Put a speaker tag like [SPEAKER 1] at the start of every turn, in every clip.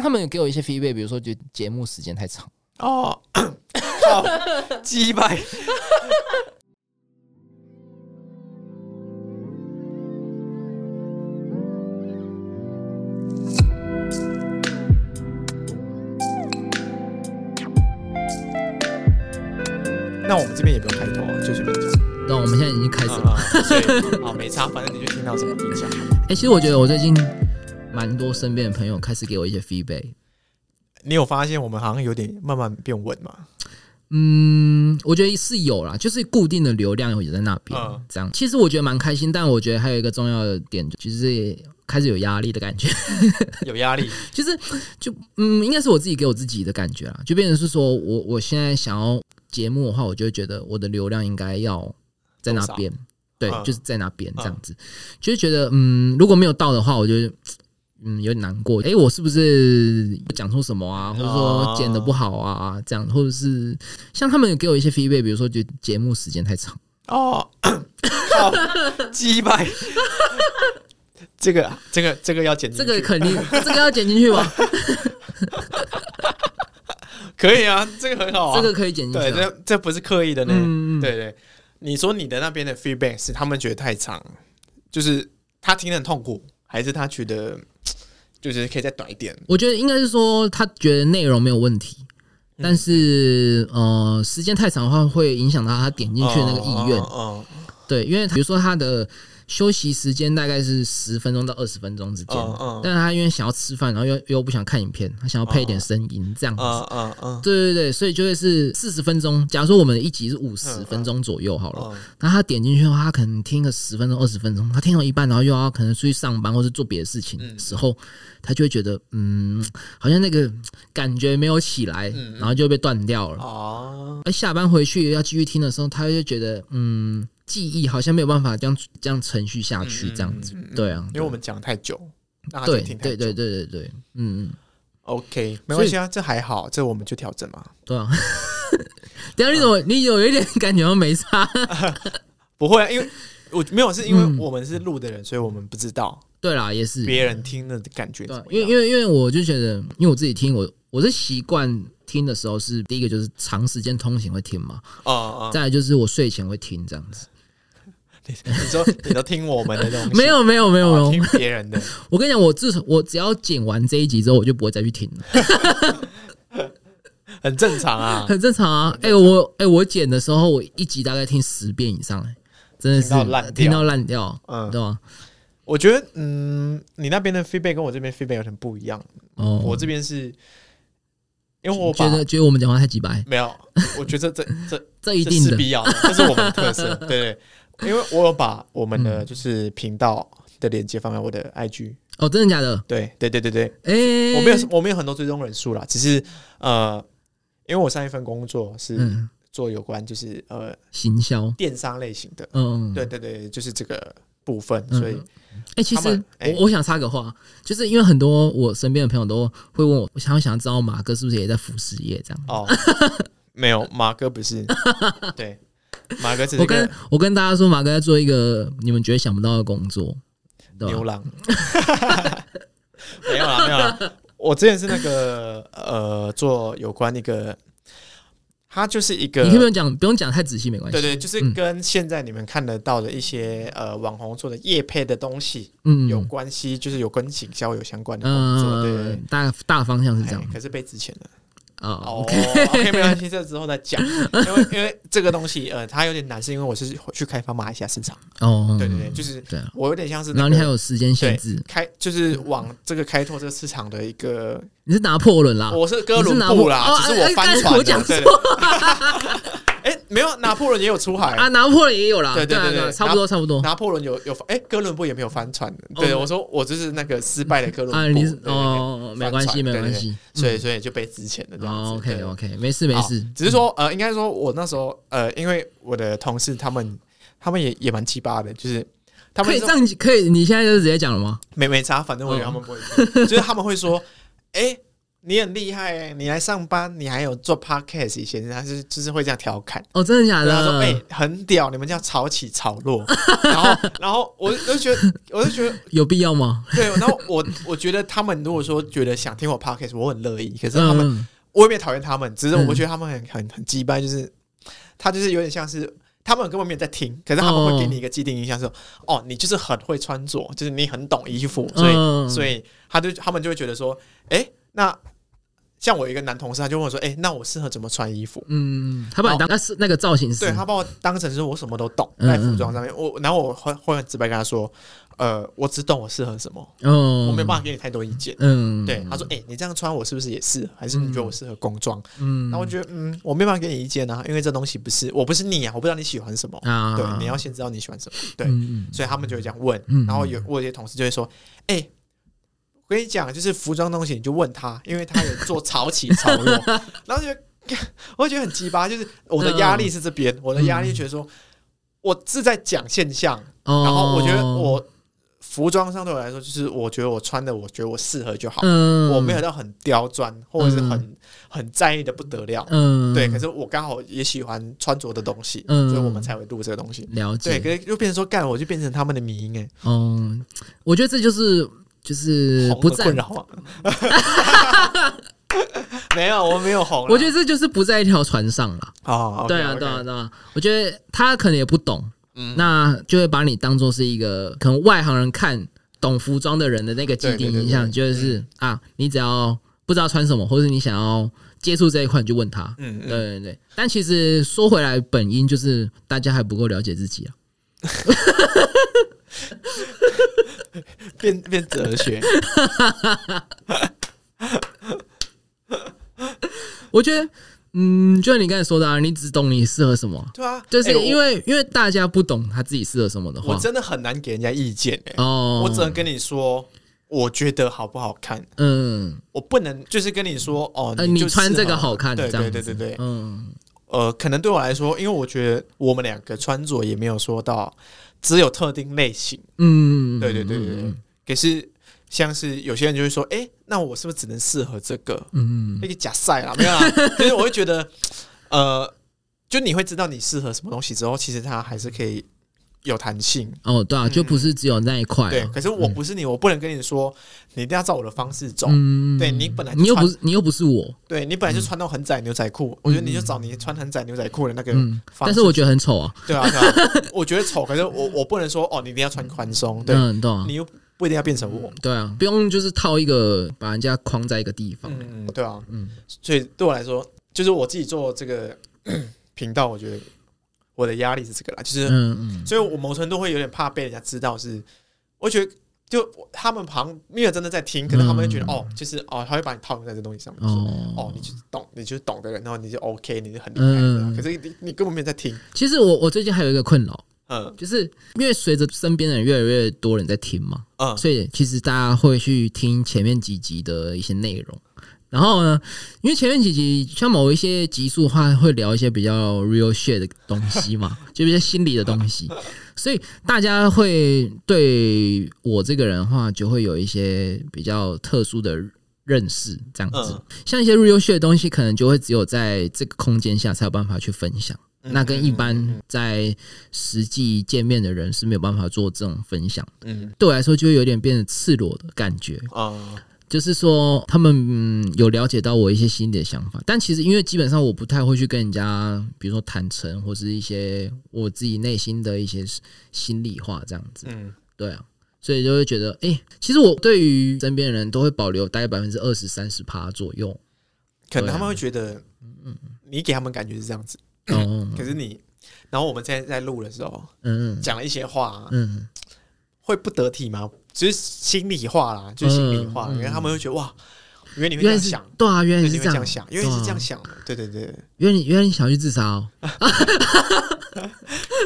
[SPEAKER 1] 他们有给我一些 feedback，比如说觉得节目时间太长。
[SPEAKER 2] 哦， 好，击败。那我们这边也不用开头啊，就随便讲。
[SPEAKER 1] 那我们现在已经开始了。
[SPEAKER 2] 啊，所 以好没差，反正你就听到什么你讲。
[SPEAKER 1] 哎、其实我觉得我最近蛮多身边的朋友开始给我一些 feedback。
[SPEAKER 2] 你有发现我们好像有点慢慢变稳吗？
[SPEAKER 1] 嗯，我觉得是有啦，就是固定的流量也在那边，
[SPEAKER 2] 嗯
[SPEAKER 1] 这样。其实我觉得蛮开心，但我觉得还有一个重要的点，就是开始有压力的感觉。
[SPEAKER 2] 有压力，
[SPEAKER 1] 就是就嗯，应该是我自己给我自己的感觉啦，就变成是说我我现在想要节目的话，我就会觉得我的流量应该要在那边，对，
[SPEAKER 2] 嗯
[SPEAKER 1] 就是在那边这样子，就是觉得嗯，如果没有到的话，我就嗯有点难过，诶，我是不是讲错什么啊，或者说
[SPEAKER 2] 哦
[SPEAKER 1] 剪的不好啊，这样，或者是像他们有给我一些 feedback，比如说觉得节目时间太长，
[SPEAKER 2] 哦， 好，击败。这个啊这个这个要剪进
[SPEAKER 1] 这
[SPEAKER 2] 去，
[SPEAKER 1] 个肯定
[SPEAKER 2] 嗯
[SPEAKER 1] 这个要剪进去 吧，
[SPEAKER 2] 可以啊，这个很好啊。
[SPEAKER 1] 这个可以剪进去
[SPEAKER 2] 对，
[SPEAKER 1] 啊，
[SPEAKER 2] 这这不是刻意的呢。
[SPEAKER 1] 嗯嗯嗯
[SPEAKER 2] 对对，你说你的那边的 feedback 是他们觉得太长，就是他听得很痛苦，还是他觉得就是可以再短一点？
[SPEAKER 1] 我觉得应该是说他觉得内容没有问题，
[SPEAKER 2] 嗯
[SPEAKER 1] 但是呃，时间太长的话会影响到他点进去的那个意愿。
[SPEAKER 2] 哦，
[SPEAKER 1] 对，因为比如说他的休息时间大概是十分钟到二十分钟之间
[SPEAKER 2] 嗯嗯，哦
[SPEAKER 1] 但是他因为想要吃饭，然后又又不想看影片，他想要配一点声音这样子。
[SPEAKER 2] 嗯嗯嗯
[SPEAKER 1] 对对对，所以就会是四十分钟。假如说我们的一集是五十分钟左右好了，
[SPEAKER 2] 嗯，
[SPEAKER 1] 那他点进去的话，他可能听个十分钟、二十分钟，他听到一半，然后又要可能出去上班或是做别的事情
[SPEAKER 2] 嗯
[SPEAKER 1] 的时候，他就会觉得，嗯，好像那个感觉没有起来，然后就被断掉了。
[SPEAKER 2] 嗯哦，
[SPEAKER 1] 而下班回去要继续听的时候，他就觉得，嗯，记忆好像没有办法这样这样程序下
[SPEAKER 2] 嗯
[SPEAKER 1] 去，这样子，对啊，
[SPEAKER 2] 因为我们讲太久，让他
[SPEAKER 1] 对
[SPEAKER 2] 听太
[SPEAKER 1] 对
[SPEAKER 2] 久。
[SPEAKER 1] 对对对对，嗯嗯，
[SPEAKER 2] OK，没关系啊，这还好，这我们就调整嘛。
[SPEAKER 1] 对啊。 等一下你怎么你有一点感觉好像没差？
[SPEAKER 2] 不会、啊，因为我没有，是因
[SPEAKER 1] 嗯
[SPEAKER 2] 为我们是录的人，所以我们不知道
[SPEAKER 1] 对啦，也是，
[SPEAKER 2] 别人听的感觉怎
[SPEAKER 1] 对啊
[SPEAKER 2] 么，
[SPEAKER 1] 因为
[SPEAKER 2] 样。
[SPEAKER 1] 因为因为我就觉得，因为我自己听，我我是习惯听的时候是第一个就是长时间通勤会听嘛，
[SPEAKER 2] 哦哦，
[SPEAKER 1] 再来就是我睡前会听这样子。
[SPEAKER 2] 啊你你说你都听我们的东西，
[SPEAKER 1] 没有没有没有没
[SPEAKER 2] 哦
[SPEAKER 1] 有，
[SPEAKER 2] 听别人的，
[SPEAKER 1] 我跟你讲，我自从我只要剪完这一集之后，我就不会再去 听了，
[SPEAKER 2] 很正 常啊。
[SPEAKER 1] 很正常啊。哎、我哎、我剪的时候，我一集大概听十遍以上、哎真的是
[SPEAKER 2] 听到烂掉
[SPEAKER 1] 听到烂掉，
[SPEAKER 2] 嗯
[SPEAKER 1] 对吧？
[SPEAKER 2] 我觉得，嗯，你那边的 feedback 跟我这边 feedback 有点不一样。
[SPEAKER 1] 哦，
[SPEAKER 2] 我这边是，因为我把
[SPEAKER 1] 觉得觉得我们讲话太鸡掰，
[SPEAKER 2] 没有，我觉得这这
[SPEAKER 1] 这
[SPEAKER 2] 这
[SPEAKER 1] 一
[SPEAKER 2] 这
[SPEAKER 1] 定
[SPEAKER 2] 是
[SPEAKER 1] 的，
[SPEAKER 2] 必要的，这是我们的 特色。对，对因为我有把我们
[SPEAKER 1] 嗯
[SPEAKER 2] 的就是频道的连接放在我的 IG。
[SPEAKER 1] 哦，真的假的？
[SPEAKER 2] 对对对对对，
[SPEAKER 1] 哎、
[SPEAKER 2] 我没有我没有很多追踪人数啦，只是呃，因为我上一份工作是
[SPEAKER 1] 嗯，
[SPEAKER 2] 做有关就是呃
[SPEAKER 1] 行销，
[SPEAKER 2] 电商类型的，
[SPEAKER 1] 嗯，
[SPEAKER 2] 对对对，就是这个部分，
[SPEAKER 1] 嗯
[SPEAKER 2] 所以
[SPEAKER 1] 哎、其
[SPEAKER 2] 他们
[SPEAKER 1] 实
[SPEAKER 2] 哎
[SPEAKER 1] 我我想插个话，就是因为很多我身边的朋友都会问我，我想想知道马哥是不是也在服饰业这样。
[SPEAKER 2] 哦，没有马哥不是，对，马哥只是
[SPEAKER 1] 我
[SPEAKER 2] 一
[SPEAKER 1] 跟
[SPEAKER 2] 个
[SPEAKER 1] 我跟大家说，马哥在做一个你们绝对想不到的工作，对啊
[SPEAKER 2] 牛
[SPEAKER 1] 吧？
[SPEAKER 2] 郎， 没有啦没有啦，我之前是那个呃做有关一个，它就是一个
[SPEAKER 1] 你可以不用嗯讲，不用讲太仔细，没关系。
[SPEAKER 2] 对对，就是跟现在你们看得到的一些、呃网红做的业配的东西
[SPEAKER 1] 嗯，
[SPEAKER 2] 有关系，就是有跟行销有相关的工作，对对
[SPEAKER 1] 呃
[SPEAKER 2] 对。，
[SPEAKER 1] 大大方向是这样
[SPEAKER 2] 哎可是被值钱了
[SPEAKER 1] 啊
[SPEAKER 2] 哦。OK，没关系，这之后再讲。因为因为这个东西，呃，它有点难，是因为我是去开发马来西亚市场。
[SPEAKER 1] 哦，
[SPEAKER 2] 对对对，就是
[SPEAKER 1] 对啊
[SPEAKER 2] 我有点像是、
[SPEAKER 1] 然
[SPEAKER 2] 那
[SPEAKER 1] 后
[SPEAKER 2] 个
[SPEAKER 1] 你还有时间限
[SPEAKER 2] 对
[SPEAKER 1] 制，
[SPEAKER 2] 开，就是往这个开拓这个市场的一个，
[SPEAKER 1] 你是拿破仑啦，
[SPEAKER 2] 我是哥伦
[SPEAKER 1] 你
[SPEAKER 2] 布
[SPEAKER 1] 是拿破
[SPEAKER 2] 啦，
[SPEAKER 1] 哦
[SPEAKER 2] 只是我
[SPEAKER 1] 哎
[SPEAKER 2] 翻
[SPEAKER 1] 哎
[SPEAKER 2] 船
[SPEAKER 1] 我讲
[SPEAKER 2] 的。对
[SPEAKER 1] 错
[SPEAKER 2] 对，哎，没有，拿破仑也有出海，
[SPEAKER 1] 啊，拿破仑也有啦，
[SPEAKER 2] 对对
[SPEAKER 1] 啊
[SPEAKER 2] 对对
[SPEAKER 1] 啊
[SPEAKER 2] 对
[SPEAKER 1] 差不多差不多
[SPEAKER 2] 拿破仑有有哎，哥伦布也没有翻船的。
[SPEAKER 1] 哦
[SPEAKER 2] 对，我说我就是那个失败的哥伦布
[SPEAKER 1] 啊，你是
[SPEAKER 2] 对对对
[SPEAKER 1] 哦，没
[SPEAKER 2] 翻
[SPEAKER 1] 关系
[SPEAKER 2] 船
[SPEAKER 1] 没
[SPEAKER 2] 对对
[SPEAKER 1] 关
[SPEAKER 2] 对
[SPEAKER 1] 系，
[SPEAKER 2] 所以所以就被值钱了这样子。
[SPEAKER 1] 嗯哦，OK
[SPEAKER 2] 对对
[SPEAKER 1] OK，没事没
[SPEAKER 2] 好
[SPEAKER 1] 事，嗯
[SPEAKER 2] 只是说呃，应该说我那时候呃，因为我的同事他们他们也也蛮鸡巴的，就是他们
[SPEAKER 1] 可以
[SPEAKER 2] 说
[SPEAKER 1] 这样，嗯可以，你现在就直接讲了吗？
[SPEAKER 2] 没没差，反正我觉得他们不会听，就是他们会说，哎、你很厉害、欸，你来上班，你还有做 podcast，以前他是就是会这样调侃。
[SPEAKER 1] 哦，真的假
[SPEAKER 2] 然后他
[SPEAKER 1] 的？
[SPEAKER 2] 说：“哎、很屌，你们这样潮起潮落。”然后，然后我就觉得，我就觉得，
[SPEAKER 1] 有必要吗？
[SPEAKER 2] 对。然后我我觉得他们如果说觉得想听我 podcast，我很乐意。可是他们，
[SPEAKER 1] 嗯，
[SPEAKER 2] 我也没有讨厌他们，只是我
[SPEAKER 1] 嗯
[SPEAKER 2] 觉得他们很很很鸡掰，就是他就是有点像是他们根本没有在听，可是他们
[SPEAKER 1] 哦
[SPEAKER 2] 会给你一个既定印象说：“哦，你就是很会穿着，就是你很懂衣
[SPEAKER 1] 嗯
[SPEAKER 2] 服。”所以
[SPEAKER 1] 以
[SPEAKER 2] 所以他就他们就会觉得说，哎、那像我有一个男同事，他就问我说，哎、那我适合怎么穿衣服？
[SPEAKER 1] 嗯，他把你当那是那个造型师，
[SPEAKER 2] 对他把我当成是我什么都懂，
[SPEAKER 1] 嗯
[SPEAKER 2] 在服装上面，我然后我会会很直白跟他说，呃，我只懂我适合什么，
[SPEAKER 1] 哦，
[SPEAKER 2] 我没有办法给你太多意见。
[SPEAKER 1] 嗯，
[SPEAKER 2] 对，他说，哎、你这样穿我是不是也适合？还是你觉得我适合工装？
[SPEAKER 1] 嗯
[SPEAKER 2] 那、我觉得，嗯，我没办法给你意见啊，因为这东西不是我不是你啊，我不知道你喜欢什么。
[SPEAKER 1] 啊，
[SPEAKER 2] 对，你要先知道你喜欢什么。对，
[SPEAKER 1] 嗯，嗯
[SPEAKER 2] 所以他们就会这样问
[SPEAKER 1] 嗯。
[SPEAKER 2] 然后有我有些同事就会说：“哎、我跟你讲，就是服装东西，你就问他，因为他有做潮起潮 落。”然后就觉 得我就觉得很鸡巴，就是我的压力是这
[SPEAKER 1] 嗯
[SPEAKER 2] 边，我的压力觉得说我是在讲现象，
[SPEAKER 1] 哦，
[SPEAKER 2] 然后我觉得我服装上对我来说，就是我觉得我穿的，我觉得我适合就好，
[SPEAKER 1] 嗯，
[SPEAKER 2] 我没有到很刁钻或者是很、很在意的不得了。
[SPEAKER 1] 嗯，
[SPEAKER 2] 对，可是我刚好也喜欢穿着的东西，
[SPEAKER 1] 嗯
[SPEAKER 2] 所以我们才会录这个东西。
[SPEAKER 1] 了解，
[SPEAKER 2] 对，可是就变成说干，我就变成他们的迷因哎、
[SPEAKER 1] 嗯，我觉得这就是就是
[SPEAKER 2] 红
[SPEAKER 1] 不
[SPEAKER 2] 的
[SPEAKER 1] 在
[SPEAKER 2] 困扰啊。 没有，我没有红啦。
[SPEAKER 1] 我觉得这就是不在一条船上了。
[SPEAKER 2] 哦，
[SPEAKER 1] 对啊，对啊，，对啊。我觉得他可能也不懂，
[SPEAKER 2] 嗯
[SPEAKER 1] 那就会把你当做是一个可能外行人看懂服装的人的那个既定印象，就是、
[SPEAKER 2] 嗯
[SPEAKER 1] 啊，你只要不知道穿什么，或者你想要接触这一块，你就问他。
[SPEAKER 2] 嗯
[SPEAKER 1] 对
[SPEAKER 2] 嗯，
[SPEAKER 1] 对对。但其实说回来，本因就是大家还不够了解自己啊。
[SPEAKER 2] 变变哲学，
[SPEAKER 1] 我觉得，嗯，就像你刚才说的、啊，你只懂你适合什么啊，
[SPEAKER 2] 对啊，
[SPEAKER 1] 就是
[SPEAKER 2] 哎我
[SPEAKER 1] 因为、因为大家不懂他自己适合什么的
[SPEAKER 2] 我
[SPEAKER 1] 话，
[SPEAKER 2] 真的很难给人家意见哎，
[SPEAKER 1] 哦，
[SPEAKER 2] 我只能跟你说，我觉得好不好看，
[SPEAKER 1] 嗯。
[SPEAKER 2] 我不能就是跟你说哦，
[SPEAKER 1] 呃，你
[SPEAKER 2] 就
[SPEAKER 1] 穿
[SPEAKER 2] 适合
[SPEAKER 1] 这个好看，
[SPEAKER 2] 对
[SPEAKER 1] 这样
[SPEAKER 2] 对
[SPEAKER 1] 子
[SPEAKER 2] 对对对，
[SPEAKER 1] 嗯，
[SPEAKER 2] 呃，可能对我来说，因为我觉得我们两个穿着也没有说到只有特定类型。
[SPEAKER 1] 嗯，
[SPEAKER 2] 对对对对对。可是像是有些人就会说，哎、那我是不是只能适合这个
[SPEAKER 1] 嗯，
[SPEAKER 2] 那个假赛啦？没有 啦，就是我会觉得，呃，就你会知道你适合什么东西之后，其实它还是可以有弹性。
[SPEAKER 1] 哦，对啊，就不是只有那一块啊，
[SPEAKER 2] 嗯对，可是我不是你，我不能跟你说，你一定要照我的方式走。
[SPEAKER 1] 嗯，
[SPEAKER 2] 对你本来就
[SPEAKER 1] 你又
[SPEAKER 2] 穿
[SPEAKER 1] 不是嗯你又不是我，
[SPEAKER 2] 对你本来就穿到很窄牛仔裤，我觉得你就找你穿很窄牛仔裤的那个
[SPEAKER 1] 嗯，
[SPEAKER 2] 方式。
[SPEAKER 1] 但是我觉得很丑啊，
[SPEAKER 2] 对啊，对啊，我觉得丑，可是我我不能说哦，你一定要穿宽松，对、
[SPEAKER 1] 嗯，对啊，
[SPEAKER 2] 你又不一定要变成我。
[SPEAKER 1] 对啊，不用就是套一个把人家框在一个地方，
[SPEAKER 2] 嗯，嗯，对啊，
[SPEAKER 1] 嗯
[SPEAKER 2] 嗯，所以对我来说，就是我自己做这 个频道，我觉得我的压力是这个啦，就是，
[SPEAKER 1] 嗯嗯，
[SPEAKER 2] 所以我某程度会有点怕被人家知道是，我觉得就他们旁没有真的在听，可能他们会觉得、
[SPEAKER 1] 嗯
[SPEAKER 2] 哦，就是哦，他会把你套用在这东西上面，就是哦
[SPEAKER 1] 哦，，
[SPEAKER 2] 你就是懂，你就是懂的人，然后你就 OK，你就很厉害，
[SPEAKER 1] 嗯
[SPEAKER 2] 可是你你根本没有在听，
[SPEAKER 1] 其实我我最近还有一个困扰，
[SPEAKER 2] 嗯
[SPEAKER 1] 就是因为随着身边的人越来越多人在听嘛，
[SPEAKER 2] 嗯，
[SPEAKER 1] 所以其实大家会去听前面几集的一些内容。然后呢，因为前面几集像某一些集数的话，会聊一些比较 real shit 的东西嘛， 就一些心理的东西，所以大家会对我这个人的话，就会有一些比较特殊的认识，这样子。
[SPEAKER 2] 嗯
[SPEAKER 1] 像一些 real shit 的东西，可能就会只有在这个空间下才有办法去分享。
[SPEAKER 2] 嗯
[SPEAKER 1] 那跟一般
[SPEAKER 2] 嗯
[SPEAKER 1] 在实际见面的人是没有办法做这种分享的
[SPEAKER 2] 嗯
[SPEAKER 1] 对我来说就会有点变得赤裸的感觉，
[SPEAKER 2] 嗯
[SPEAKER 1] 就是说他们、嗯、有了解到我一些心里的想法，但其实因为基本上我不太会去跟人家，比如说坦诚或是一些我自己内心的一些心里话这样子，
[SPEAKER 2] 嗯
[SPEAKER 1] 对啊，所以就会觉得，哎、其实我对于身边的人都会保留大概百分之二十三十趴左右，
[SPEAKER 2] 可
[SPEAKER 1] 对
[SPEAKER 2] 能
[SPEAKER 1] 啊
[SPEAKER 2] 他们会觉得，你给他们感觉是这样子，
[SPEAKER 1] 嗯
[SPEAKER 2] 可是你，然后我们现在在录的时候。
[SPEAKER 1] 嗯
[SPEAKER 2] 讲了一些话、啊
[SPEAKER 1] 嗯
[SPEAKER 2] 会不得体吗？只是心里话啦，就是心里话，
[SPEAKER 1] 嗯嗯
[SPEAKER 2] 因为他们会觉得哇，原来
[SPEAKER 1] 嗯，
[SPEAKER 2] 你会这
[SPEAKER 1] 原来
[SPEAKER 2] 样
[SPEAKER 1] 是
[SPEAKER 2] 想，
[SPEAKER 1] 对啊，原来
[SPEAKER 2] 原
[SPEAKER 1] 是
[SPEAKER 2] 来你会
[SPEAKER 1] 这
[SPEAKER 2] 这
[SPEAKER 1] 样
[SPEAKER 2] 样想，原来你是
[SPEAKER 1] 对啊
[SPEAKER 2] 这样想的，对对对，
[SPEAKER 1] 原来你原来你想去自杀、哦，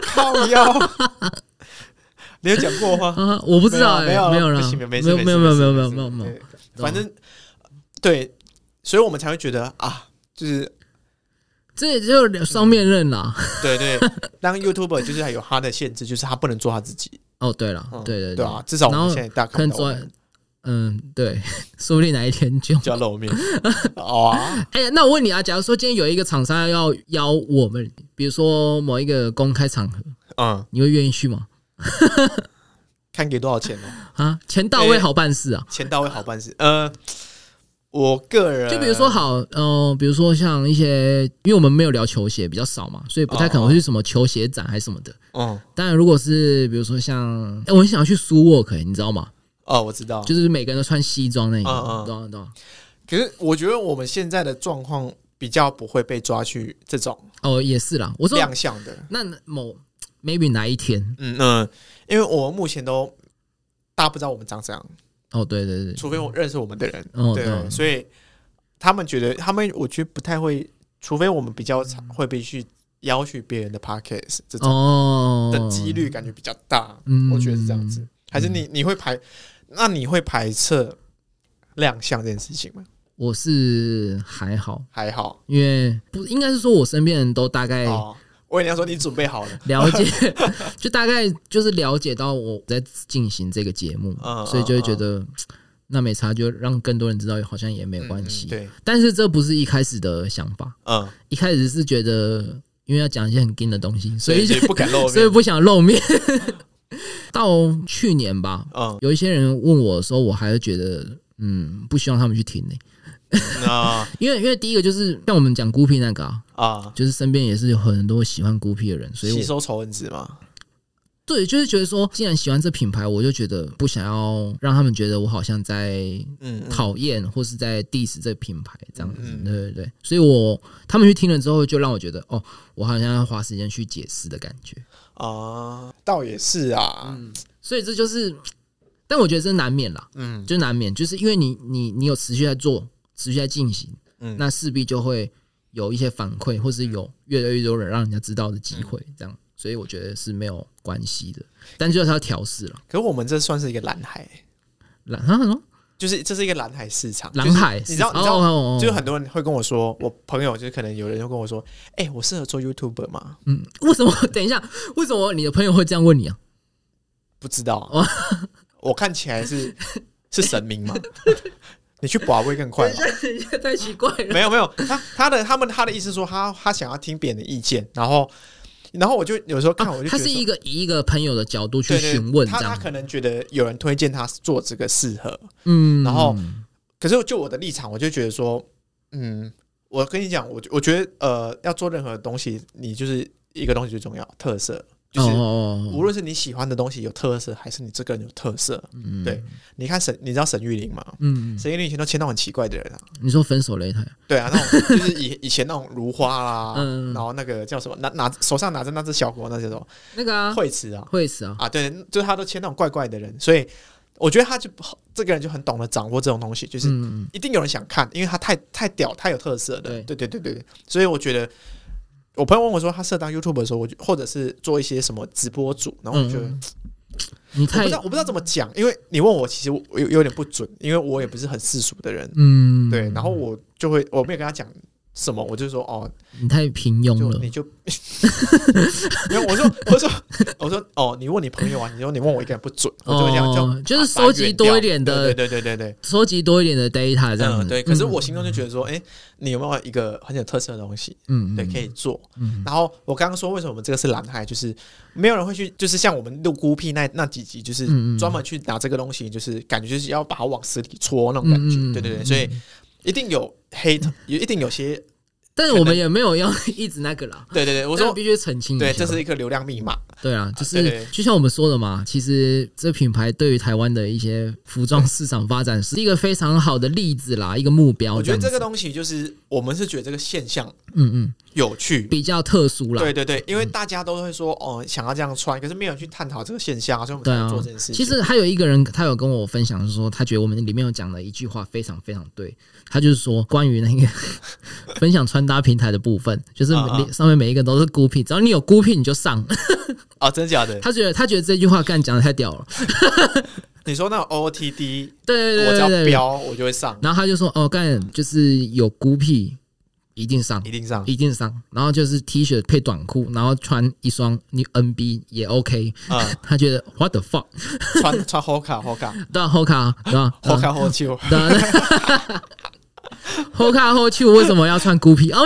[SPEAKER 2] 靠腰，你有讲过吗？
[SPEAKER 1] 啊，我不知道、哎，
[SPEAKER 2] 没有啊
[SPEAKER 1] 没
[SPEAKER 2] 没有
[SPEAKER 1] 有
[SPEAKER 2] 啊，
[SPEAKER 1] 啦，
[SPEAKER 2] 不行，没
[SPEAKER 1] 没
[SPEAKER 2] 事
[SPEAKER 1] 有
[SPEAKER 2] 没
[SPEAKER 1] 没
[SPEAKER 2] 事
[SPEAKER 1] 有没有没有
[SPEAKER 2] 没
[SPEAKER 1] 没
[SPEAKER 2] 事
[SPEAKER 1] 有没有
[SPEAKER 2] 没
[SPEAKER 1] 没
[SPEAKER 2] 事
[SPEAKER 1] 有
[SPEAKER 2] 对，反正对，所以我们才会觉得啊，就是
[SPEAKER 1] 这也就双面刃啦。
[SPEAKER 2] 对 对，当 YouTuber 就是还有他的限制，就是他不能做他自己，
[SPEAKER 1] 哦，对了
[SPEAKER 2] 嗯，
[SPEAKER 1] 对对
[SPEAKER 2] 对啊，至少我们现在大家
[SPEAKER 1] 可
[SPEAKER 2] 看
[SPEAKER 1] 能
[SPEAKER 2] 到我
[SPEAKER 1] 做
[SPEAKER 2] 们，
[SPEAKER 1] 嗯，对， 说不定哪一天就。
[SPEAKER 2] 叫 露面哦啊，
[SPEAKER 1] 哎、那我问你啊，假如说今天有一个厂商要邀我们，比如说某一个公开场合，
[SPEAKER 2] 嗯，
[SPEAKER 1] 你会愿意去吗？
[SPEAKER 2] 看给多少钱哦，
[SPEAKER 1] 啊，钱到位
[SPEAKER 2] 哎
[SPEAKER 1] 好办事啊。
[SPEAKER 2] 钱到位好办事。呃，我个人
[SPEAKER 1] 就比如说好，呃，比如说像一些，因为我们没有聊球鞋比较少嘛，所以不太可能会去什么球鞋展还是什么的。
[SPEAKER 2] 嗯，
[SPEAKER 1] 当然，如果是比如说像，哎、我很想要去 s u w o r k 你知道吗？
[SPEAKER 2] 哦，我知道，
[SPEAKER 1] 就是每个人都穿西装那一
[SPEAKER 2] 嗯
[SPEAKER 1] 个，
[SPEAKER 2] 嗯
[SPEAKER 1] 懂啊懂啊。
[SPEAKER 2] 可是我觉得我们现在的状况比较不会被抓去这种
[SPEAKER 1] 哦，也是啦。我说
[SPEAKER 2] 亮相的，
[SPEAKER 1] 那某 maybe 哪一天？
[SPEAKER 2] 嗯嗯，因为我们目前都大家不知道我们长怎样，
[SPEAKER 1] 哦，对对对，
[SPEAKER 2] 除非我认识我们的人，
[SPEAKER 1] 哦
[SPEAKER 2] 对，啊
[SPEAKER 1] 对
[SPEAKER 2] 所以他们觉得他们，我觉得不太会，除非我们比较常会必须邀去别人的 podcast 这种
[SPEAKER 1] 哦
[SPEAKER 2] 的几率感觉比较大，
[SPEAKER 1] 嗯
[SPEAKER 2] 我觉得是这样子。还是你你会排，那你会排斥亮相这件事情吗？
[SPEAKER 1] 我是还好，
[SPEAKER 2] 还好
[SPEAKER 1] 因为不应该是说我身边人都大概
[SPEAKER 2] 哦，我跟你要说你准备好了，
[SPEAKER 1] 了解，就大概就是了解到我在进行这个节目，
[SPEAKER 2] 嗯
[SPEAKER 1] 所以就会觉得。那没差，就让更多人知道，好像 也没有关系、
[SPEAKER 2] 嗯嗯对，
[SPEAKER 1] 但是这不是一开始的想法，
[SPEAKER 2] 嗯，
[SPEAKER 1] 一开始是觉得因为要讲一些很硬的东西，所
[SPEAKER 2] 所
[SPEAKER 1] 以
[SPEAKER 2] 以
[SPEAKER 1] 就
[SPEAKER 2] 就不敢 露
[SPEAKER 1] 所以
[SPEAKER 2] 面，
[SPEAKER 1] 不想露面。到去年吧，
[SPEAKER 2] 嗯，
[SPEAKER 1] 有一些人问我的时候，我还是觉得，嗯，不希望他们去听呢、
[SPEAKER 2] 那
[SPEAKER 1] 因为因为第一个就是像我们讲孤僻那个、啊，
[SPEAKER 2] 啊，
[SPEAKER 1] 就是身边也是有很多喜欢孤僻的人， 所以
[SPEAKER 2] 吸
[SPEAKER 1] 我
[SPEAKER 2] 收仇恨值嘛，
[SPEAKER 1] 对，就是觉得说，既然喜欢这品牌，我就觉得不想要让他们觉得我好像在
[SPEAKER 2] 嗯，嗯
[SPEAKER 1] 讨厌或是在 diss 这品牌这样子，
[SPEAKER 2] 嗯嗯
[SPEAKER 1] 对对对，所以我他们去听了之后，就让我觉得哦，我好像要花时间去解释的感觉，
[SPEAKER 2] 啊，倒也是啊，
[SPEAKER 1] 嗯所以这就是，但我觉得这难免啦，
[SPEAKER 2] 嗯
[SPEAKER 1] 就难免，就是因为你你你有持续在做，持续在进行，
[SPEAKER 2] 嗯
[SPEAKER 1] 那势必就会有一些反馈，或是有越来越多人让人家知道的机会，
[SPEAKER 2] 嗯
[SPEAKER 1] 这样，所以我觉得是没有关系的，但就是要调试了，
[SPEAKER 2] 可是我们这算是一个蓝海，
[SPEAKER 1] 然后。
[SPEAKER 2] 就是这是一个蓝海市场，
[SPEAKER 1] 蓝海，
[SPEAKER 2] 就是你知道，
[SPEAKER 1] 是
[SPEAKER 2] 你知道，
[SPEAKER 1] 哦哦哦
[SPEAKER 2] 就是很多人会跟我说，我朋友就是可能有人就跟我说，哎、我适合做 YouTuber 吗？
[SPEAKER 1] 嗯，为什么？ 等一下，为什么你的朋友会这样问你啊？
[SPEAKER 2] 不知道，
[SPEAKER 1] 哦
[SPEAKER 2] 我看起 来是是神明吗？你去保会更快吧。
[SPEAKER 1] 等一下， 太奇怪了。
[SPEAKER 2] 没有没有，他他的他们他的意思说他他想要听别人的意见，然后然后我就有时候看我就觉
[SPEAKER 1] 哦他
[SPEAKER 2] 得
[SPEAKER 1] 是
[SPEAKER 2] 说、
[SPEAKER 1] 一个以一个朋友的角度去
[SPEAKER 2] 对对
[SPEAKER 1] 询问
[SPEAKER 2] 他
[SPEAKER 1] 这
[SPEAKER 2] 他
[SPEAKER 1] 样，
[SPEAKER 2] 可能觉得有人推荐他做这个适合，
[SPEAKER 1] 嗯，
[SPEAKER 2] 然后可是就我的立场，我就觉得说，嗯，我跟你讲，我我觉得呃，要做任何东西，你就是一个东西最重要，特色，就
[SPEAKER 1] 哦
[SPEAKER 2] 是
[SPEAKER 1] 哦
[SPEAKER 2] 无
[SPEAKER 1] 哦，
[SPEAKER 2] 论是你喜欢的东西有特色，还是你这个人有特色。
[SPEAKER 1] 嗯
[SPEAKER 2] 对，你看沈，你知道沈玉琳吗？
[SPEAKER 1] 嗯，
[SPEAKER 2] 沈玉琳以前都签到很奇怪的人啊，
[SPEAKER 1] 你说分手擂台，
[SPEAKER 2] 对啊，那 种就是以以前那种如花啦，
[SPEAKER 1] 嗯
[SPEAKER 2] 然后那个叫什么，拿拿手上拿着那只小狗，那叫什么
[SPEAKER 1] 那个啊，
[SPEAKER 2] 惠慈啊，
[SPEAKER 1] 惠子啊，
[SPEAKER 2] 啊，对，就是他都签那种怪怪的人，所以我觉得他就这个人就很懂得掌握这种东西，就是
[SPEAKER 1] 嗯，嗯
[SPEAKER 2] 一定有人想看，因为他太太屌，太有特色的。对
[SPEAKER 1] 对
[SPEAKER 2] 对对对对，所以我觉得，我朋友问我说他适合当 YouTube 的时候，我就或者是做一些什么直播主，然后我就觉得、
[SPEAKER 1] 嗯你
[SPEAKER 2] 我不
[SPEAKER 1] 太
[SPEAKER 2] 知道我不知道怎么讲，因为你问我，其实我有有点不准，因为我也不是很世俗的人，
[SPEAKER 1] 嗯，
[SPEAKER 2] 对，然后我就会我没有跟他讲。什么？我就说哦，
[SPEAKER 1] 你太平庸
[SPEAKER 2] 就
[SPEAKER 1] 了
[SPEAKER 2] 你，就 没有。我说我说我说哦，你问你朋友啊，你说你问我一个人不准，我就会这样，
[SPEAKER 1] 哦
[SPEAKER 2] 就
[SPEAKER 1] 就是
[SPEAKER 2] 把它
[SPEAKER 1] 收集
[SPEAKER 2] 远掉
[SPEAKER 1] 多一点的
[SPEAKER 2] 对对对对对对。
[SPEAKER 1] 收集多一点的 data 这样
[SPEAKER 2] 嗯，
[SPEAKER 1] 子，
[SPEAKER 2] 对。可是我心中就觉得说，哎、你有没有一个很有特色的东西？
[SPEAKER 1] 嗯，嗯，
[SPEAKER 2] 对，
[SPEAKER 1] 嗯
[SPEAKER 2] 可以做。
[SPEAKER 1] 嗯
[SPEAKER 2] 然后我刚刚说，为什么我们这个是蓝海，就是没有人会去，就是像我们录孤僻那那几集，就是
[SPEAKER 1] 嗯嗯
[SPEAKER 2] 专门去拿这个东西，就是感觉就是要把它往死里戳那种感觉。
[SPEAKER 1] 嗯嗯嗯
[SPEAKER 2] 对对对，所以一定有黑，有一定有些，
[SPEAKER 1] 但是我们也没有要一直那个啦。
[SPEAKER 2] 对对对，我
[SPEAKER 1] 我
[SPEAKER 2] 说
[SPEAKER 1] 必须澄清一下，
[SPEAKER 2] 对，这是一个流量密码。
[SPEAKER 1] 对啊，就
[SPEAKER 2] 对对
[SPEAKER 1] 是
[SPEAKER 2] 对
[SPEAKER 1] 就像我们说的嘛，其实这品牌对于台湾的一些服装市场发展是一个非常好的例子啦，一个目标
[SPEAKER 2] 我
[SPEAKER 1] 哦这
[SPEAKER 2] 觉得
[SPEAKER 1] 样子。
[SPEAKER 2] 这个东西就是我们是觉得这个现象
[SPEAKER 1] 嗯嗯，
[SPEAKER 2] 有趣。
[SPEAKER 1] 比较特殊啦。嗯
[SPEAKER 2] 对对对，因为大家都会说哦，想要这样穿，可是没有人去探讨这个现象啊，所以我们
[SPEAKER 1] 对
[SPEAKER 2] 才会
[SPEAKER 1] 啊
[SPEAKER 2] 做这件事，情。
[SPEAKER 1] 其实还有一个人，他有跟我分享说，他觉得我们里面有讲的一句话非常非常对，他就是说关于那个 分享穿搭平台的部分，就是
[SPEAKER 2] 啊啊
[SPEAKER 1] 每上面每一个都是孤僻，只要你有孤僻你就上。
[SPEAKER 2] 哦，真的假的？
[SPEAKER 1] 他觉得他觉得这句话干讲的太屌了，
[SPEAKER 2] 你说那种 OOTD
[SPEAKER 1] 对对对
[SPEAKER 2] 我
[SPEAKER 1] 对
[SPEAKER 2] 只要
[SPEAKER 1] 对对。
[SPEAKER 2] 标我就会上，
[SPEAKER 1] 然后他就说：“哦，干就是有孤僻，一定上，
[SPEAKER 2] 一定上，
[SPEAKER 1] 一定上。然后就是 T 恤配短裤，然后穿一双你 NB 也 OK。
[SPEAKER 2] 嗯，
[SPEAKER 1] 他觉得 What the fuck？
[SPEAKER 2] 穿穿 Hoka Hoka
[SPEAKER 1] 对啊，后卡对吧？呃
[SPEAKER 2] Hoka h o k
[SPEAKER 1] 对啊，后卡后去为什么要穿孤僻？哦，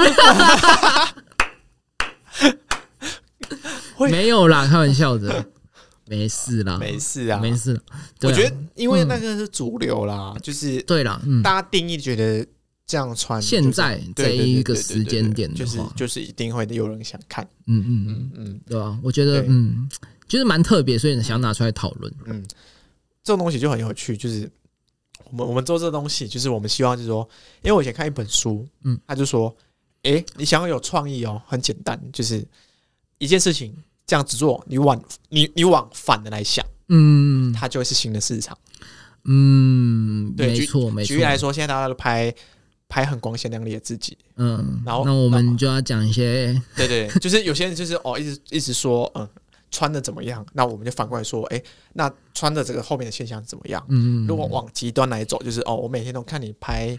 [SPEAKER 1] 没
[SPEAKER 2] 会
[SPEAKER 1] 有，没有啦，开玩笑的，没事啦，
[SPEAKER 2] 没事啊，
[SPEAKER 1] 没事啦。对
[SPEAKER 2] 我
[SPEAKER 1] 啊
[SPEAKER 2] 觉得因为那个是主流啦，就是
[SPEAKER 1] 对啦，嗯，
[SPEAKER 2] 大家定义觉得这样穿就是，
[SPEAKER 1] 现在这
[SPEAKER 2] 对对对
[SPEAKER 1] 一个
[SPEAKER 2] 对对
[SPEAKER 1] 时
[SPEAKER 2] 对
[SPEAKER 1] 间点
[SPEAKER 2] 就
[SPEAKER 1] 的
[SPEAKER 2] 是
[SPEAKER 1] 话，
[SPEAKER 2] 就是一定会有人想看，
[SPEAKER 1] 嗯嗯嗯。
[SPEAKER 2] 嗯嗯
[SPEAKER 1] 对啊，我觉得
[SPEAKER 2] 对
[SPEAKER 1] 嗯，就是蛮特别，所以想拿出来讨论。
[SPEAKER 2] 嗯，这种东西就很有趣，就是我们我们做这东西，就是我们希望就是说，因为我以前看一本书，
[SPEAKER 1] 嗯，
[SPEAKER 2] 他就说，诶、你想要有创意哦，很简单，就是一件事情这样子做，你往你你往反的来想，
[SPEAKER 1] 嗯
[SPEAKER 2] 它就会是新的市场。
[SPEAKER 1] 嗯，
[SPEAKER 2] 对
[SPEAKER 1] 没错没错
[SPEAKER 2] 举例。来说，现在大家都拍拍很光鲜亮丽的自己，
[SPEAKER 1] 嗯，
[SPEAKER 2] 然后
[SPEAKER 1] 那我们就要讲一些
[SPEAKER 2] 对对，就是有些人就是哦，一直一直说嗯穿的怎么样，那我们就反过来说，诶、那穿的这个后面的现象怎么样？
[SPEAKER 1] 嗯，
[SPEAKER 2] 如果往极端来走，就是哦，我每天都看你拍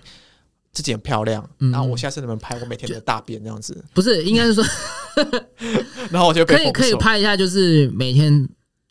[SPEAKER 2] 自己很漂亮，
[SPEAKER 1] 嗯
[SPEAKER 2] 然后我下次能不能拍我每天的大便这样子？
[SPEAKER 1] 不是应该是说
[SPEAKER 2] 然后我就被
[SPEAKER 1] 可以
[SPEAKER 2] 封
[SPEAKER 1] 可以
[SPEAKER 2] 锁
[SPEAKER 1] 拍一下，就是每天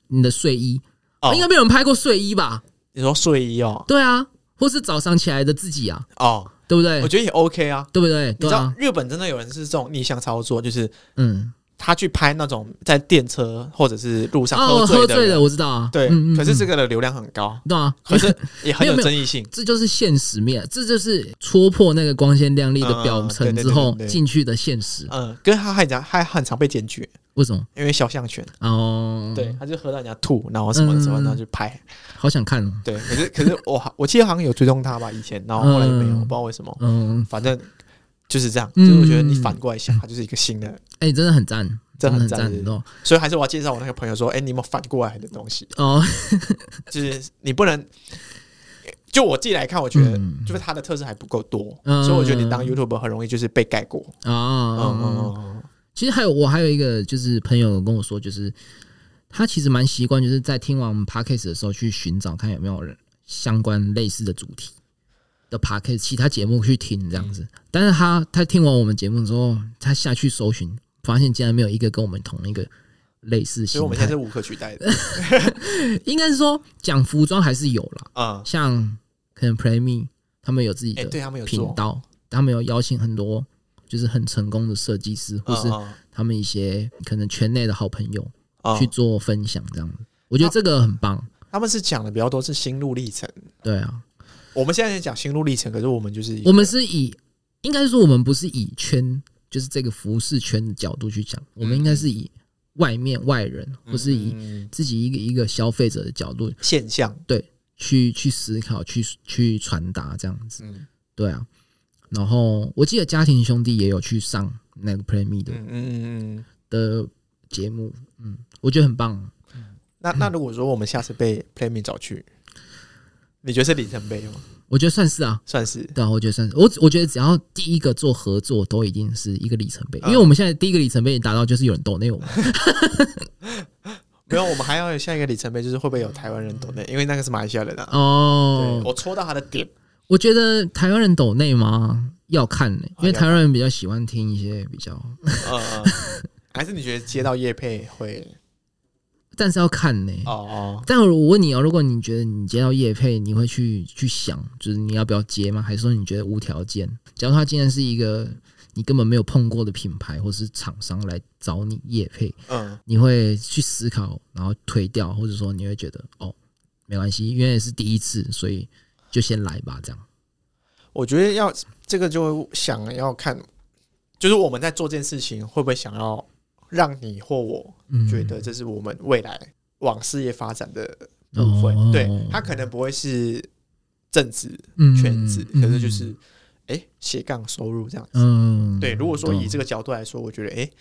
[SPEAKER 1] 你的睡衣，
[SPEAKER 2] 哦
[SPEAKER 1] 应该没有人拍过睡衣吧？
[SPEAKER 2] 你说睡衣哦
[SPEAKER 1] 对啊，或是早上起来的自己啊，
[SPEAKER 2] 哦，
[SPEAKER 1] 对不对
[SPEAKER 2] 我？觉得也 OK 啊。
[SPEAKER 1] 对不对？
[SPEAKER 2] 你
[SPEAKER 1] 对
[SPEAKER 2] 知道
[SPEAKER 1] 啊，
[SPEAKER 2] 日本真的有人是这种逆向操作，就是
[SPEAKER 1] 嗯，
[SPEAKER 2] 他去拍那种在电车或者是路上
[SPEAKER 1] 哦，
[SPEAKER 2] 醉
[SPEAKER 1] 喝
[SPEAKER 2] 的
[SPEAKER 1] 醉
[SPEAKER 2] 人，
[SPEAKER 1] 了，我知道啊。
[SPEAKER 2] 对
[SPEAKER 1] 嗯嗯，
[SPEAKER 2] 可是这
[SPEAKER 1] 嗯
[SPEAKER 2] 个的流量很高，
[SPEAKER 1] 对啊，
[SPEAKER 2] 可是也很有
[SPEAKER 1] 没有没有
[SPEAKER 2] 争议性。
[SPEAKER 1] 这就是现实面，这就是戳破那个光鲜亮丽的表层之
[SPEAKER 2] 嗯
[SPEAKER 1] 后
[SPEAKER 2] 嗯对对对对对
[SPEAKER 1] 进去的现实。
[SPEAKER 2] 嗯，跟他还讲，还很常被检举，
[SPEAKER 1] 为什么？
[SPEAKER 2] 因为肖像权，
[SPEAKER 1] 哦，
[SPEAKER 2] 对，，他就喝到人家吐，然后什么什么，
[SPEAKER 1] 嗯
[SPEAKER 2] 然后就拍，
[SPEAKER 1] 好想看哦。
[SPEAKER 2] 对。可是可是我我记得好像有追踪他吧，以前，然后后来没有，
[SPEAKER 1] 嗯
[SPEAKER 2] 我不知道为什么。
[SPEAKER 1] 嗯，
[SPEAKER 2] 反正就是这样，就
[SPEAKER 1] 嗯
[SPEAKER 2] 是我觉得你反过来想，它就是一个新的，
[SPEAKER 1] 哎、真的很赞，的
[SPEAKER 2] 真的很
[SPEAKER 1] 很
[SPEAKER 2] 赞对
[SPEAKER 1] 赞哦。
[SPEAKER 2] 所以还是我要介绍我那个朋友说，哎、你有没有反过来的东西？
[SPEAKER 1] 哦，
[SPEAKER 2] 就是你不能，就我自己来看，我觉得
[SPEAKER 1] 嗯
[SPEAKER 2] 就是它的特色还不够多，
[SPEAKER 1] 嗯
[SPEAKER 2] 所以我觉得你当 YouTube 很容易就是被盖过。嗯嗯
[SPEAKER 1] 哦，
[SPEAKER 2] 嗯
[SPEAKER 1] 其实还有我还有一个就是朋友跟我说，就是他其实蛮习惯，就是在听完我们 podcast 的时候去寻找看有没有人相关类似的主题的 podcast 其他节目去听这样
[SPEAKER 2] 嗯
[SPEAKER 1] 子。但是他他听完我们节目之后，他下去搜寻，发现竟然没有一个跟我们同一个类似
[SPEAKER 2] 所以我
[SPEAKER 1] 形
[SPEAKER 2] 们现在
[SPEAKER 1] 态
[SPEAKER 2] 是。无可取代的。
[SPEAKER 1] 应该是说讲服装还是有啦，
[SPEAKER 2] 嗯，
[SPEAKER 1] 像可能 Play Me 他们有自己
[SPEAKER 2] 哎、
[SPEAKER 1] 的
[SPEAKER 2] 对他们有
[SPEAKER 1] 频
[SPEAKER 2] 做，
[SPEAKER 1] 道，他们有邀请很多就是很成功的设计师，或是
[SPEAKER 2] 嗯
[SPEAKER 1] 他们一些可能圈内的好朋友
[SPEAKER 2] 嗯
[SPEAKER 1] 去做分享，这样子，我觉得这个很棒。
[SPEAKER 2] 他们是讲的比较多是心路历程。
[SPEAKER 1] 对
[SPEAKER 2] 哦
[SPEAKER 1] 啊，
[SPEAKER 2] 我们现在在讲心路历程，可是我们就是一个
[SPEAKER 1] 我们是以应该是说我们不是以圈，就是这个服饰圈的角度去讲，我们应该是以外面外人，或是以
[SPEAKER 2] 嗯
[SPEAKER 1] 自己一个一个消费者的角度
[SPEAKER 2] 现象。
[SPEAKER 1] 去去思考、去去传达这样子。
[SPEAKER 2] 嗯
[SPEAKER 1] 对啊，然后我记得家庭兄弟也有去上那个 Play Me 的
[SPEAKER 2] 嗯嗯嗯嗯。
[SPEAKER 1] 的节目，嗯，我觉得很棒。
[SPEAKER 2] 那那如果说我们下次被 Playme 找去，你觉得是里程碑吗？
[SPEAKER 1] 我觉得算是啊，
[SPEAKER 2] 算是，
[SPEAKER 1] 对啊，我觉得算是。我我觉得只要第一个做合作，都已经是一个里程碑，
[SPEAKER 2] 嗯
[SPEAKER 1] 因为我们现在第一个里程碑达到就是有人抖内我们，
[SPEAKER 2] 没有，我们还要有下一个里程碑，就是会不会有台湾人懂的？因为那个是马来西亚人啊。对，
[SPEAKER 1] 哦。
[SPEAKER 2] 我戳到他的点，
[SPEAKER 1] 我觉得台湾人抖内嘛要看呢、因为台湾人比较喜欢听一些比较，
[SPEAKER 2] 呃，呃还是你觉得接到叶配会？
[SPEAKER 1] 但是要看呢、
[SPEAKER 2] 哦哦，
[SPEAKER 1] 但我问你哦，如果你觉得你接到叶配，你会去去想，就是你要不要接吗？还是说你觉得无条件？假如他今天是一个你根本没有碰过的品牌或是厂商来找你叶配，
[SPEAKER 2] 嗯，
[SPEAKER 1] 你会去思考，然后推掉，或者说你会觉得哦，没关系，因为是第一次，所以就先来吧，这样。
[SPEAKER 2] 我觉得要这个就会想要看，就是我们在做这件事情，会不会想要让你或我
[SPEAKER 1] 嗯
[SPEAKER 2] 觉得这是我们未来往事业发展的部
[SPEAKER 1] 哦
[SPEAKER 2] 分？
[SPEAKER 1] 哦
[SPEAKER 2] 对
[SPEAKER 1] 哦，
[SPEAKER 2] 他可能不会是正职，
[SPEAKER 1] 嗯
[SPEAKER 2] 圈子，可是就
[SPEAKER 1] 嗯
[SPEAKER 2] 是哎斜杠收入这样子。
[SPEAKER 1] 嗯，
[SPEAKER 2] 对，如果说以这
[SPEAKER 1] 个
[SPEAKER 2] 个角度来说，我觉得哎，诶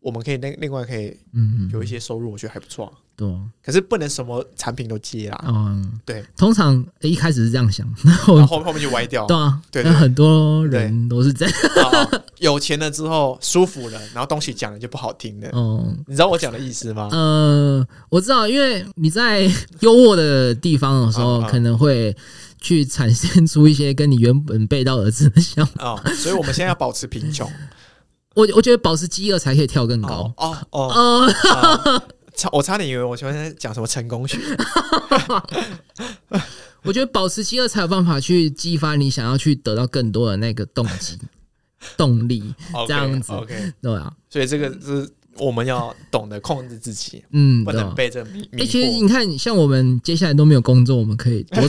[SPEAKER 2] 我们可以另另外可以
[SPEAKER 1] 嗯
[SPEAKER 2] 有一些收入，我觉得还不错啊。
[SPEAKER 1] 对
[SPEAKER 2] 可是不能什么产品都接啦，
[SPEAKER 1] 嗯
[SPEAKER 2] 对，
[SPEAKER 1] 通常诶一开始是这样想，然后
[SPEAKER 2] 然后后面就歪掉
[SPEAKER 1] 对。啊，
[SPEAKER 2] 哦对
[SPEAKER 1] 那
[SPEAKER 2] 对
[SPEAKER 1] 很多人都是这样。
[SPEAKER 2] 哦有钱了之后舒服了，然后东西讲了就不好听了。
[SPEAKER 1] 哦，
[SPEAKER 2] 你知道我讲的意思 吗？
[SPEAKER 1] 呃，我知道，因为你在优渥的地方的时候
[SPEAKER 2] 啊啊，
[SPEAKER 1] 可能会去产生出一些跟你原本背道而驰的想法。
[SPEAKER 2] 哦，所以我们现在要保持贫穷。
[SPEAKER 1] 我我觉得保持饥饿才可以跳更高
[SPEAKER 2] 哦。哦哦，
[SPEAKER 1] 哦，
[SPEAKER 2] 啊差我差点以为我前面在讲什么成功 学。
[SPEAKER 1] 我觉得保持饥饿才有办法去激发你想要去得到更多的那个动 机、动力，这样子，
[SPEAKER 2] OK，
[SPEAKER 1] 对啊，
[SPEAKER 2] 所以这个是我们要懂得控制自己，
[SPEAKER 1] 嗯，
[SPEAKER 2] 不
[SPEAKER 1] 对啊
[SPEAKER 2] 能。被这迷迷
[SPEAKER 1] 哎、其实
[SPEAKER 2] 惑。
[SPEAKER 1] 你看，像我们接下来都没有工作，我们可以多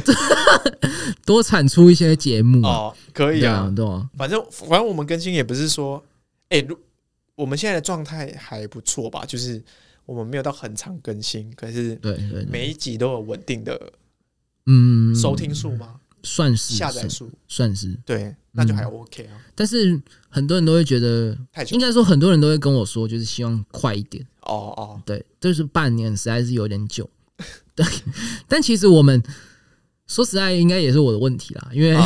[SPEAKER 1] 多产出一些节目啊，
[SPEAKER 2] 哦，可以
[SPEAKER 1] 对
[SPEAKER 2] 啊
[SPEAKER 1] 啊，，对啊，
[SPEAKER 2] 反正反正我们更新也不是说，哎、如我们现在的状态还不错吧，就是我们没有到很常更新，可是
[SPEAKER 1] 对对对，
[SPEAKER 2] 每一集都有稳定的
[SPEAKER 1] 嗯，
[SPEAKER 2] 收听数吗？
[SPEAKER 1] 算是
[SPEAKER 2] 下载
[SPEAKER 1] 算
[SPEAKER 2] 数？
[SPEAKER 1] 算是，
[SPEAKER 2] 对，那就还 OK 啊，
[SPEAKER 1] 但是很多人都会觉得，
[SPEAKER 2] 太久
[SPEAKER 1] 应该说很多人都会跟我说，就是希望快一点。
[SPEAKER 2] 哦哦，
[SPEAKER 1] 对，就是半年实在是有点久。 对，但其实我们说实在，应该也是我的问题啦，因为、
[SPEAKER 2] 啊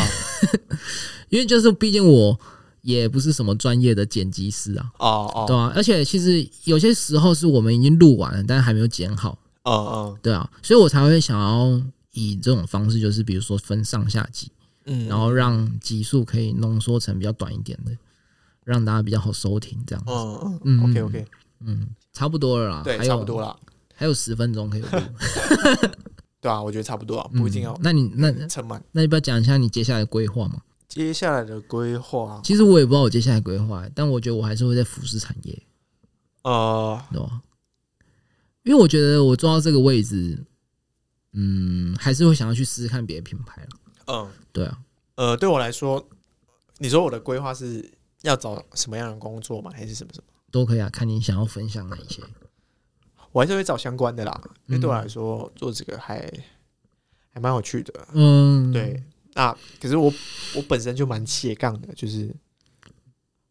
[SPEAKER 1] 因为就是毕竟我也不是什么专业的剪辑师啊，
[SPEAKER 2] 哦
[SPEAKER 1] 对
[SPEAKER 2] 哦，
[SPEAKER 1] 啊，而且其实有些时候是我们已经录完了，但是还没有剪好，
[SPEAKER 2] 嗯嗯
[SPEAKER 1] 对啊，所以我才会想要以这种方式，就是比如说分上下集，
[SPEAKER 2] 嗯，
[SPEAKER 1] 然后让集数可以浓缩成比较短一点的，让大家比较好收听，这样
[SPEAKER 2] 嗯嗯
[SPEAKER 1] 嗯
[SPEAKER 2] ，OK OK，
[SPEAKER 1] 嗯，差不多了啦，
[SPEAKER 2] 对，
[SPEAKER 1] 还有
[SPEAKER 2] 差不多啦，
[SPEAKER 1] 还有十分钟可以录，
[SPEAKER 2] 对啊，我觉得差不多啊，不一定要
[SPEAKER 1] 嗯那你那
[SPEAKER 2] 撑满。
[SPEAKER 1] 那要不要讲一下你接下来的规划嘛？
[SPEAKER 2] 接下来的规划，
[SPEAKER 1] 其实我也不知道我接下来的规划，但我觉得我还是会在服饰产业，
[SPEAKER 2] 呃，
[SPEAKER 1] 对吧？因为我觉得我做到这个位置，嗯，还是会想要去试试看别的品牌了。
[SPEAKER 2] 嗯
[SPEAKER 1] 对啊，
[SPEAKER 2] 呃，对我来说，你说我的规划是要找什么样的工作吗？还是什么什么？
[SPEAKER 1] 都可以啊，看你想要分享哪一些。
[SPEAKER 2] 我还是会找相关的啦，因为对我
[SPEAKER 1] 嗯
[SPEAKER 2] 啊来说做这个还还蛮有趣的。
[SPEAKER 1] 嗯，
[SPEAKER 2] 对，那可是我我本身就蛮斜杠的，就是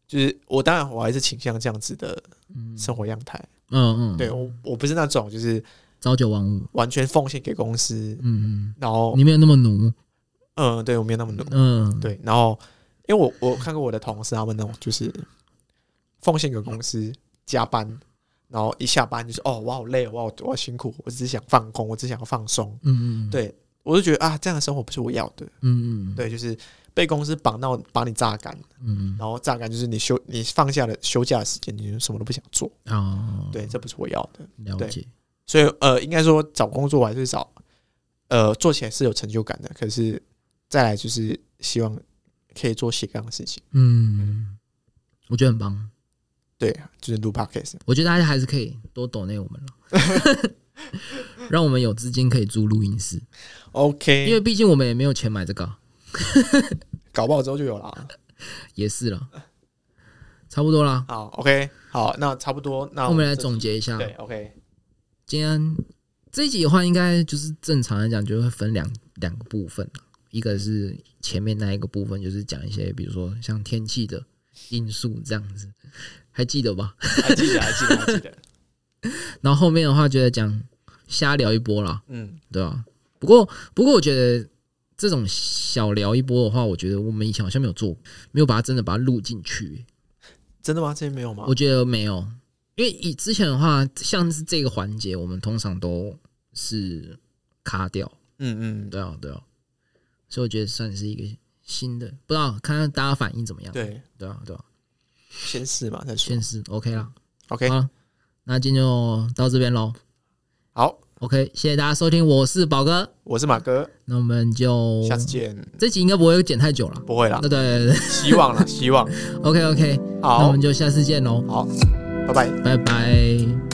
[SPEAKER 2] 就是我当然我还是倾向这样子的
[SPEAKER 1] 嗯，
[SPEAKER 2] 生活样态。
[SPEAKER 1] 嗯嗯，
[SPEAKER 2] 对我我不是那种就是
[SPEAKER 1] 朝九晚五，
[SPEAKER 2] 完全奉献给公司，
[SPEAKER 1] 嗯嗯，
[SPEAKER 2] 然后
[SPEAKER 1] 你没有那么奴，
[SPEAKER 2] 嗯、呃对我没有那么努
[SPEAKER 1] 嗯，，
[SPEAKER 2] 哦对，然后因为我我看过我的同事他们那种就是奉献给公司加班，然后一下班就是哦我好累哦，我好我好辛苦，我只是想放空，我只想要放松。
[SPEAKER 1] 嗯嗯，，
[SPEAKER 2] 对我就觉得啊，这样的生活不是我要的。
[SPEAKER 1] 嗯嗯，，
[SPEAKER 2] 对，就是被公司绑到把你榨干，
[SPEAKER 1] 嗯
[SPEAKER 2] 然后榨干就是你休你放下了休假的时间，你就什么都不想做。
[SPEAKER 1] 嗯，哦，
[SPEAKER 2] 对，，这不是我要的。
[SPEAKER 1] 了解，
[SPEAKER 2] 所以呃，应该说找工作我还是找呃做起来是有成就感的，可是再来就是希望可以做斜杠的事情。
[SPEAKER 1] 嗯，我觉得很棒，
[SPEAKER 2] 对，就是录 podcast。
[SPEAKER 1] 我觉得大家还是可以多抖内我们了， 让我们有资金可以租录音室，因
[SPEAKER 2] OK，
[SPEAKER 1] 为毕竟我们也没有钱买这个啊，
[SPEAKER 2] 搞不好之后就有了。
[SPEAKER 1] 也是了，差不多啦。
[SPEAKER 2] 好，OK，好，那差不多，那
[SPEAKER 1] 我们来
[SPEAKER 2] 这
[SPEAKER 1] 总结啊一下，
[SPEAKER 2] 对，OK，
[SPEAKER 1] 今天这一集的话，应该就是正常来讲就会分两两个部分啊一个是前面那一个部分，就是讲一些比如说像天气的因素这样子，还记得吧？
[SPEAKER 2] 还记得，还记得，还记得。
[SPEAKER 1] 然后后面的话，觉得讲瞎聊一波啦，
[SPEAKER 2] 嗯，
[SPEAKER 1] 对吧、不过不过我觉得。这种小聊一波的话，我觉得我们以前好像没有做，没有把它真的把它录进去。
[SPEAKER 2] 真的吗？这边没有吗
[SPEAKER 1] 我？觉得没有，因为以之前的话，像是这个环节，我们通常都是卡掉。
[SPEAKER 2] 嗯嗯，
[SPEAKER 1] 对啊，对啊，所以我觉得算是一个新的，不知道看看大家反应怎么样。
[SPEAKER 2] 对，
[SPEAKER 1] 对啊，对啊，
[SPEAKER 2] 先试嘛，再说
[SPEAKER 1] 先。啊是 OK 啦。
[SPEAKER 2] OK，
[SPEAKER 1] 好啦，那今天就到这边喽。
[SPEAKER 2] 好，
[SPEAKER 1] OK，谢谢大家收听，我是宝哥，
[SPEAKER 2] 我是马哥，
[SPEAKER 1] 那我们就
[SPEAKER 2] 下次啊见。
[SPEAKER 1] 这集应该不会剪太久了。
[SPEAKER 2] 不会啦
[SPEAKER 1] 那，对对对
[SPEAKER 2] 希望啦，希望。
[SPEAKER 1] ，OK OK，那我
[SPEAKER 2] 好
[SPEAKER 1] 们，就下次见喽，
[SPEAKER 2] 好，拜拜。
[SPEAKER 1] 拜拜。